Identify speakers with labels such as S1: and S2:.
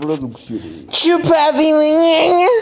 S1: продукт серии.
S2: Чупа, вы меня не